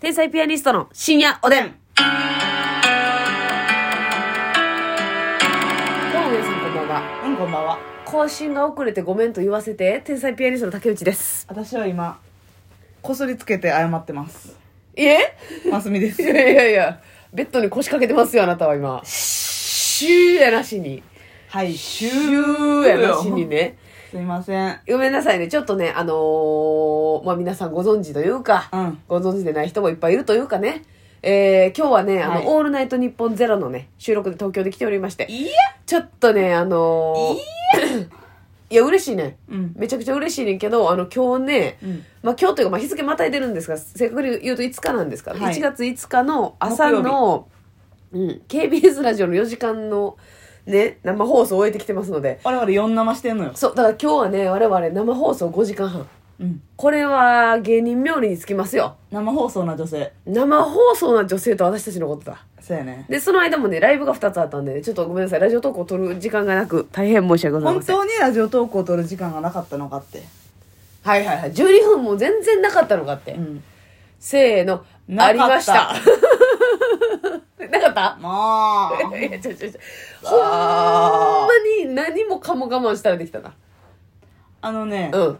天才ピアニストの深夜おでん。どうも皆さんこんばんは。うん、こんばんは。更新が遅れてごめんと言わせて、天才ピアニストの竹内です。私は今、こすりつけて謝ってます。いえマスミでいす。 やいやいや、ベッドに腰掛けてますよ、あなたは今。シューやなしに。はい、シューやなしにね。すいません。ごめんなさいね。ちょっとね、あのーまあ、皆さんご存知というか、うんご存知でない人もいっぱいいるというかね、えー今日はね、あの、はいオールナイトニッポンゼロのね、収録で東京で来ておりまして、いやちょっとね、あのー いや、嬉しいね。うん。めちゃくちゃ嬉しいねんけど、あの、今日ね、うんまあ、今日というか、まあ、日付またいでるんですが、正確に言うと5日なんですから、はい1月5日の朝の、うん、KBS ラジオの4時間のね、生放送を終えてきてますので、我々4生してんのよ。そう、だから今日はね、我々生放送5時間半。うん。これは芸人冥利につきますよ。生放送な女性。生放送な女性と私たちのことだ。そうやね。で、その間もね、ライブが2つあったんでね、ちょっとごめんなさい、ラジオ投稿を撮る時間がなく、大変申し訳ございま本せん。当にラジオ投稿を撮る時間がなかったのかって。はいはいはい。12分も全然なかったのかって。うん。せーの、あなかったりました。 なかったまあ。いや、ちょちょちょ。ほんまに何もかも我慢したらできたな。あのね、うん。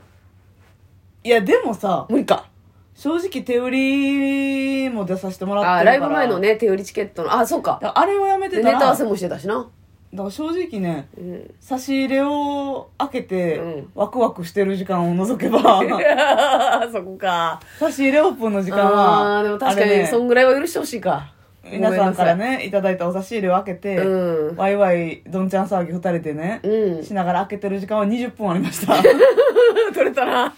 いやでもさ、無理か。正直手売りも出させてもらってるから。あ、ライブ前の。ね、手売りチケットの、あ、そうか。あれをやめてでたネら、タ合わせだかもしてたしな。ら正直ね、うん。差し入れを開けて、うんワクワクしてる時間を除 けば、そこか。差し入れオープンの時間はああー、でも確かあれに、ねそんぐらいは許してほしいか。皆さんからね。ねいただいたお差し入れを開けて、うん ワイワイどんちゃん騒ぎ二人でね、うんしながら開けてる時間は20分ありました 取れたな。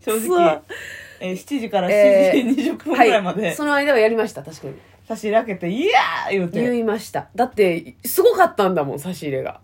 正そう直、えー7時からえー7時20分ぐらいまで、はその間はやりました、確かに。差し入れ開けて「いやー!」言うて言いました。だって、すごかったんだもん、差し入れが。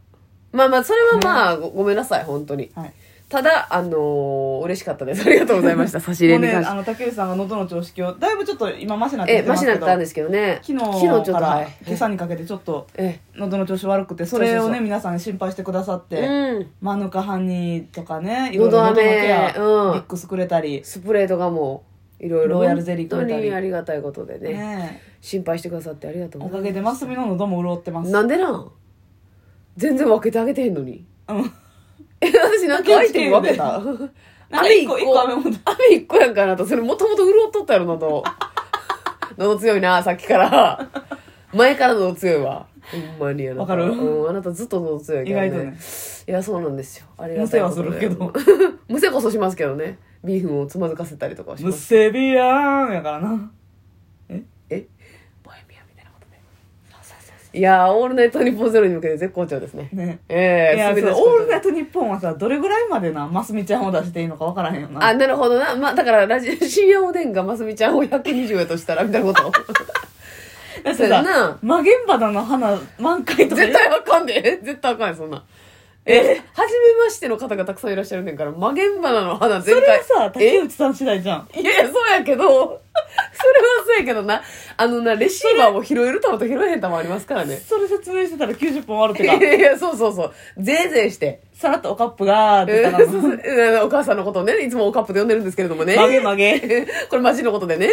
まあまあ、それはまあ、ごごめんなさい、本当に。はい、ただ、あのー嬉しかったです。ありがとうござい ました、差し入もれうに関ねしてあ。の竹内さんが喉の調子今日だいぶちょっと今マシになってえ、きマてますシけどだったんですけどね。昨日ちょっと、からはい。今朝にかけてちょっとえ、喉の調子悪くてそれをねそうそうそう皆さん心配してくださって、うん。マヌカハニーとかね、いろい喉ろ飴喉のケア、うんミックスくれたり、スプレーとかも、いろいろ。ロイヤルゼリーく本れた当りにありがたいことでね。ねえ心配してくださってありがとうごおざいかます。げでマスミの喉も潤ってます。なんでなん全然分けてあげてへんのに。うん。え、私なんかアイテム分けた。なんで一個雨一個雨もだ雨一個やんかなと、それもともと潤っとったやろ、 喉。喉強いな、さっきから。前から喉強いわ。ほんまにやな。わかるうん、あなたずっと喉強い意けど、ね。外とね、いや、そうなんですよ。ありがむたせいはことすでるけど。。 むせこそしますけどね。ビーフンをつまずかせたりとかはしまむす。せびやーんやからな。えボヘミアンみたいなことね。いやー、オールナイトニッポンゼロに向けて絶好調ですね。ね。ええいや、滑そり出うしオールナイトニッポンはさ、どれぐらいまでな、マスミちゃんを出していいのかわからへんよな。あ、なるほどな。まあ、だから、ラジオ、深夜おでんがますみちゃんを120やとしたら、みたいな こと。だっそうてやなさ、マゲンバナの花満開とか絶対あかんで。絶対あかんよ、そんな。え、はじめましての方がたくさんいらっしゃるねんから、マゲンバナの花そ全れは開。さ、竹え内さん次第じゃん。いやいや、そうやけど、それはそうやけどな。あのな、レシーバーを拾える玉と拾えへん玉ありますからね。それ説明してたら90本あるっいてやかい、やいや、そうそうそう。ぜいぜいして。さらっとおカップがーってえー言ったか らそうなそうえーお母さんのことをね、いつもおカップで呼んでるんですけれどもね。曲げ曲げ。 これマジのことでね。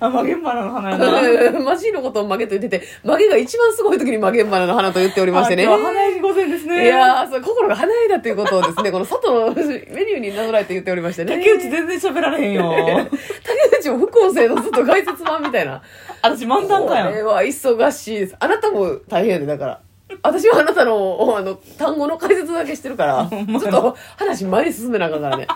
あ、マゲンバナの花やな。マジのことを曲げと言ってて、曲げが一番すごい時に曲げん花の花と言っておりましてね。あ今日は花石御前ですいね。やー、そう、心が華やいだということをですね、この外のメニューになぞらえて言っておりましてね。竹内全然喋られへんよ。 竹内も副音声のずっと解説版みたいな。私漫談家やこれん。は忙しいです。あなたも大変やで、だから。私はあなたの、あの、単語の解説だけしてるから、ち ほんょまっやと話前に進めなあかんからね。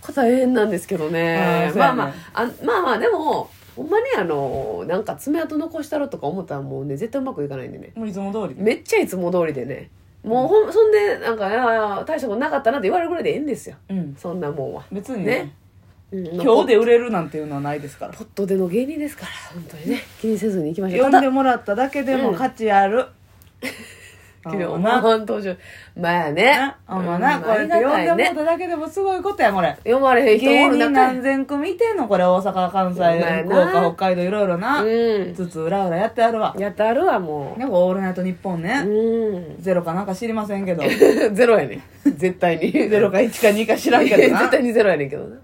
これ大変なんですけどねあ。ーそうまあやねまあ、あまあまあ、でも、ほんまにあの、なんか爪痕残したろとか思ったらもうね、絶対うまくいかないんでね。もういつも通り。めっちゃいつも通りでね。もうほん、そんで、なんか、いや大したことなかったなって言われるぐらいでええんですよ。うん。そんなもんは。別にねね、うん今日で売れるなんていうのはないですから。ポットでの芸人ですから、本当にね、気にせずに行きましょう。呼んでもらっただけでうもん価値あ る。昨日あおん前まは登場まあねな。あんまな、こうやって呼んでもらっただけでもすごいことや、これ。読まれへん人芸おる人中何で千組いてんのこれ大阪、関ほんまやな西、福岡、北海道いろいろな。うつつ裏裏やってやるわん。やってあるわもなんかオールナイトニッポうンね。うゼロかなんか知りませんけど。ん ゼロやね絶対にゼロか1か2か知らんけどな 絶対にゼロやねんけどな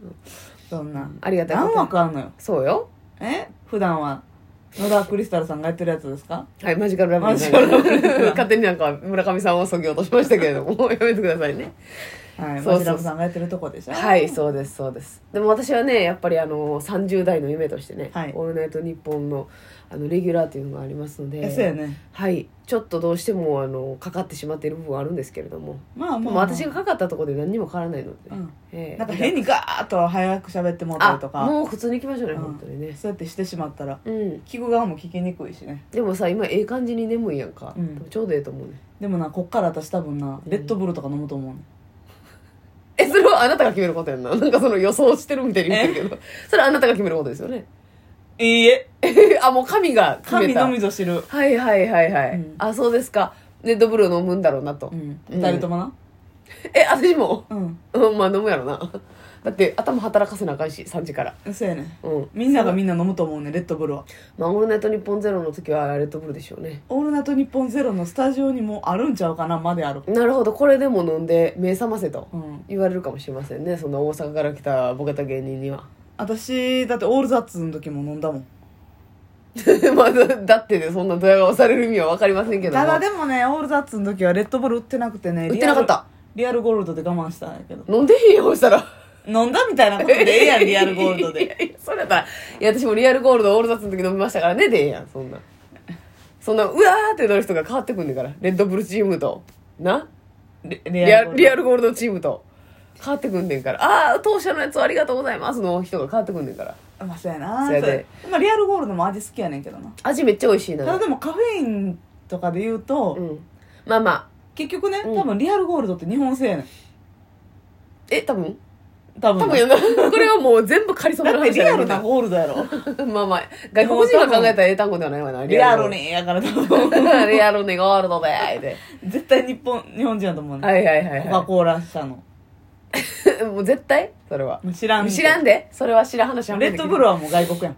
そんなありがたいこと何枠あんのよそうよえ普段は野田クリスタルさんがやってるやつですかはい、マジカルラブリーマジカルラブリー勝手になんか村上さんをそぎ落としましたけれども、 やめてくださいね。はいそうそうマジラブさんがやってるとこでしょはい、そうです、そうです。でも私はね、やっぱりあの、30代の夢としてね、はいオールナイトニッポンの、あの、レギュラーというのがありますので、えそうやねはい、ちょっとどうしても、あの、かかってしまっている部分はあるんですけれども、まあでまあも私がかかったところで何にも変わらないので、うんええなんか変にガーッと早く喋ってもらったありとかもう普通に行きましょうね、うん本当にね。そうやってしてしまったらうん。聞く側も聞きにくいしねでもさ、今、ええ感じに眠いやんか。うんちょうどええと思うね。でもなこっから私多分なレッドブルとか飲むと思うね、え、それはあなたが決めることやんな。なんかその予想してるみたいに言ってるけど、それはあなたが決めることですよね。いいえ あ、もう神が決め神た。のみぞ知るはいはいはいはい。うんあ、そうですか。レッドブルー飲むんだろうなと。うんうん二人ともなえ、私もうんうん、まあ飲むやろな。だって頭働かせなあかんし、3時から。そうやねうん。みんながみんな飲むと思うねレッドブルはまあ、オールナイトニッポンゼロの時はレッドブルでしょうね。 「オールナイトニッポンゼロのスタジオにもあるんちゃうかなまであるなるほど、これでも飲んで目覚ませとうん言われるかもしれませんね。そんな大阪から来たボケた芸人には。 私だってオールザッツの時も飲んだもんまあ、だってね、そんなドヤ顔される意味はわかりませんけどもただでもねオールザッツの時はレッドブル売ってなくてね売ってなかったリアルリアルゴールドで我慢したんやけど飲んでへんよ、そしたら。飲んだみたいなことでええやんリアルゴール ドいでやいや、それやったら、いや、私もリアルゴールドオールザッツの時飲みましたからね、でええやん、そんな。そんな、うわーってなる人が変わってくんねんから。レッドブルチームと、なリリアリアルルゴールドチームと、変わってくんねんから。ああー、当社のやつをありがとうございますの人が変わってくんねんから。ゴールドまあそうやなそうやでそうやまあリアルゴールドも味好きやねんけどな味めっちゃ美味しいただな。でもカフェインとかで言うと、うん。まあまあ、結局ねうん多分リアルゴールドって日本製やねんえ、多分多分多分やな。 これはもう全部仮想のだって話リだアけルどなゴールド やろまあまあ、外国人が考えたら英単語ではないわな。リアル。にやから多 分リアルにゴールドでーって。絶対日本日本人やと思うねん、はいはいはい、コカ・はコーラ社のい。もう絶対それは。知らん知らんでそれは知らん話はレッドブルははもう外国やん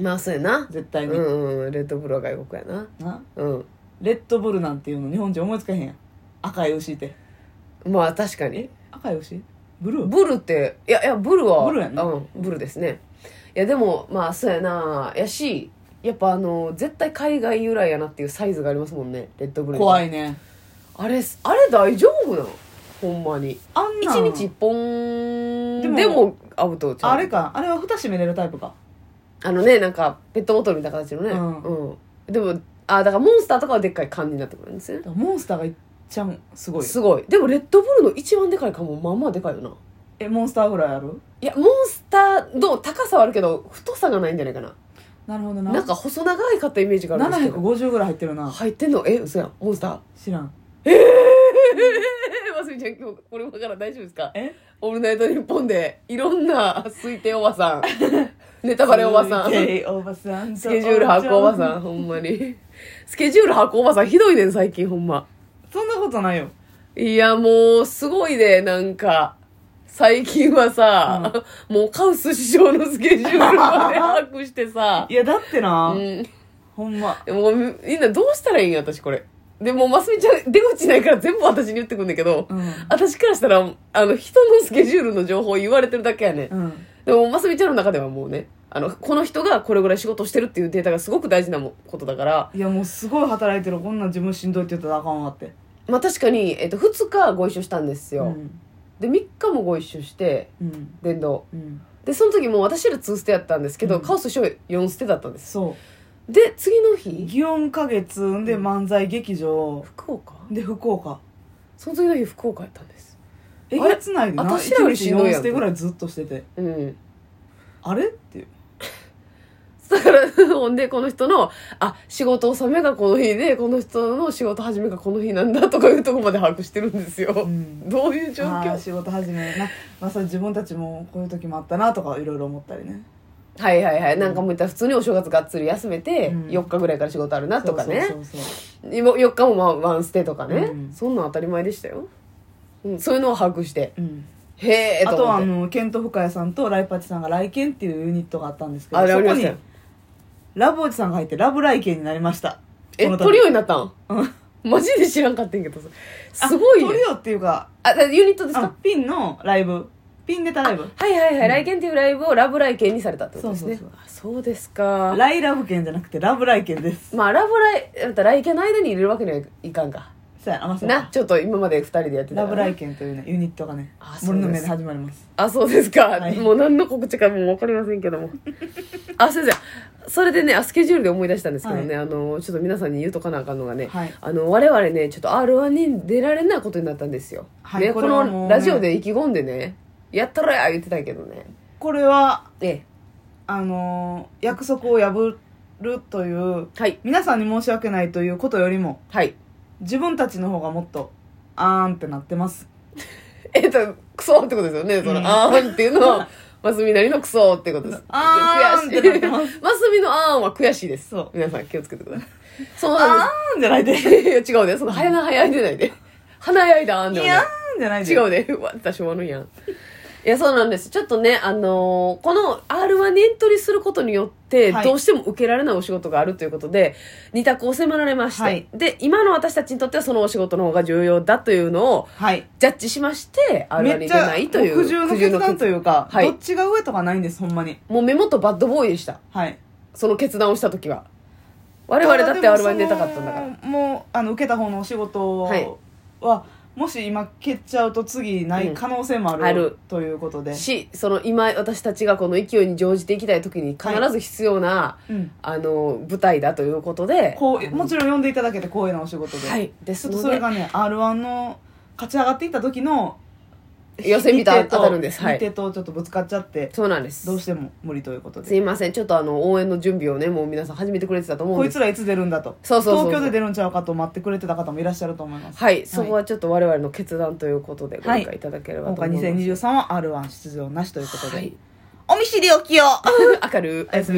まあそうやな絶対うに、んうんレッドブルは外国やななうんレッドブルなんていうの日本人思いつかへんやん赤い牛ってまあ確かに赤い牛ブルーブルっていやいやブルはブルやんなうん、ブルですねいやでもまあそうやなやしやっぱあの絶対海外由来やなっていうサイズがありますもんねレッドブル怖いいねあれあれ大丈夫なのほんまにあん一なん日一本でもでもアウトちゃうあれかあれは蓋閉めれるタイプかあのねなんかペットボトルみたいな形のねうんうん、でもあだからモンスターとかはでっかい缶になってくるんですよねモンスターがいっちゃんすごいよすごいでもレッドブルの一番でかいかもまあまあでかいよなえモンスターぐらいあるいやモンスターの高さはあるけど太さがないんじゃないかななるほどななんか細長いかったイメージがあるんですけど750ぐらい入ってるな入ってんのえ嘘やんモンスター知らんえますみちゃん今日これから大丈夫ですかえ「オールナイトニッポン」でいろんな推定おばさんネタバレおばさんス水泳おばさんケジュール発行おばさんほんまにスケジュール発行おばさんひどいねん最近ほんまそんなことないよいや、もう、すごいね、なんか。最近はさ、もうカウス師匠のスケジュールまで把握してさ い、やだってな、うん。ほんまでもみみんなどうしたらいいんや、私これ。でも、ますみちゃん、出口ないから全部私に言ってくんだけど、うん私からしたら、あの、人のスケジュールの情報を言われてるだけやね、うんでも、ますみちゃんの中ではもうね、あの、この人がこれぐらい仕事してるっていうデータがすごく大事なもことだから、いやもうすごい働いてるこんなん自分しんどいって言ったらあかんわってまあ確かに、えっと、2日ご一緒したんですうよ。んで、3日もご一緒して、うん電動。うんでその時もう私ら2ステやったんですけど、うんカオス師匠4ステだったんですそで次のう日祇園花月で漫才劇場福岡で福岡その次の日福岡やったんですえげつないでな私らよりしんどいやん1日4ステぐらいずっとしててうんあれっていうだからほんでこの人のあ仕事納めがこの日でこの人の仕事始めがこの日なんだとかいうとこまで把握してるんですよ、んどういう状あー況仕事始めな、まあ、さ自分たちもこういう時もあったなとかいろいろ思ったりねはいはいはいなんかもう言ったら普通にお正月がっつり休めて、うん4日ぐらいから仕事あるなとかねそうそうそうそう4日もまあワンステとかね、うんそんなん当たり前でしたよ、うん、そういうのを把握してうんへえあととはあ思ってのケント・フカヤさんとライパチさんが「来県」っていうユニットがあったんですけどあれあそりこましにたよラブおじさんが入って「ラブ来県」になりましたえ、この度トリオになったんうんマジで知らんかったんやけどさすごいあトねリオっていうかあ、ユニットですあかピンのライブピンネタライブはいはいはい、来県っていうライブをラブ来県にされたってことですねそうそうあそうですかライラブ券じゃなくてラブライ券ですまあラブ来また来県の間に入れるわけにはいかんかそうやな、まあそうなかちょっと今まで2人でやってたからラブライ券というねユニットがねあそうです森の目で始まりますあそうですか、はいもう何の告知かもう分かりませんけども あ先生それでねあスケジュールで思い出したんですけどね、あのちょっと皆さんに言うとかなあかんのがね、はいあの我々ねちょっと r 1に出られないことになったんですよ、はいね、ここれはもうのラジオで意気込んでねやったらや言ってたけどねこれはええあのー約束を破るというはい皆さんに申し訳ないということよりもはい自分たちの方がもっとあーんってなってます えっとクソってことですよねその、うんあーんっていうのは マスミなりのクソってことですあーんってなってま悔しいマスミのあーんは悔しいですそう皆さん気をつけてくださいそうなんですあーんじゃないでいやいや違うで、その早な早いでないで。花やいだあんいでやはーんじゃないない。で違うで、うわ私悪いやん。いや、そうなんです。ちょっとね、あのーこの R1 にエントリーすることによって、はいどうしても受けられないお仕事があるということで、二択を迫られまして、はいで、今の私たちにとってはそのお仕事の方が重要だというのを、はいジャッジしまして、め R1 にっ出ちゃないという。苦渋の決断とう。いうか、はいどっちが上とかないんですほんまにもうメモとバッドボーイでした。はいその決断をした時は。我々だって R1 に出たかったんだから。らもうあの受けた方のお仕事は、はいもし今蹴っちゃうと次ない可能性もある,、うんあるということで、しその今私たちがこの勢いに乗じていきたい時に必ず必要な、うん、あの舞台だということでこうあのもちろん呼んでいただけて光栄なお仕事で、はいでちすょっとのそれでがね r 1の勝ち上がっていった時の予選見た日程と当たるんですはい日程とちょっとぶつかっちゃってそうなんですどうしても無理ということすでいませんちょっとあの応援の準備をねもう皆さん始めてくれてたと思うんこでいすつらいつ出るんだとそうそうそうそう東京で出るんちゃうかと待ってくれてた方もいらっしゃると思いますはいそこはちょっと我々の決断ということでご理解いただければ今と思回います、 2023は R1 出場なしということで、はいお見知りおきを明るい おやすみ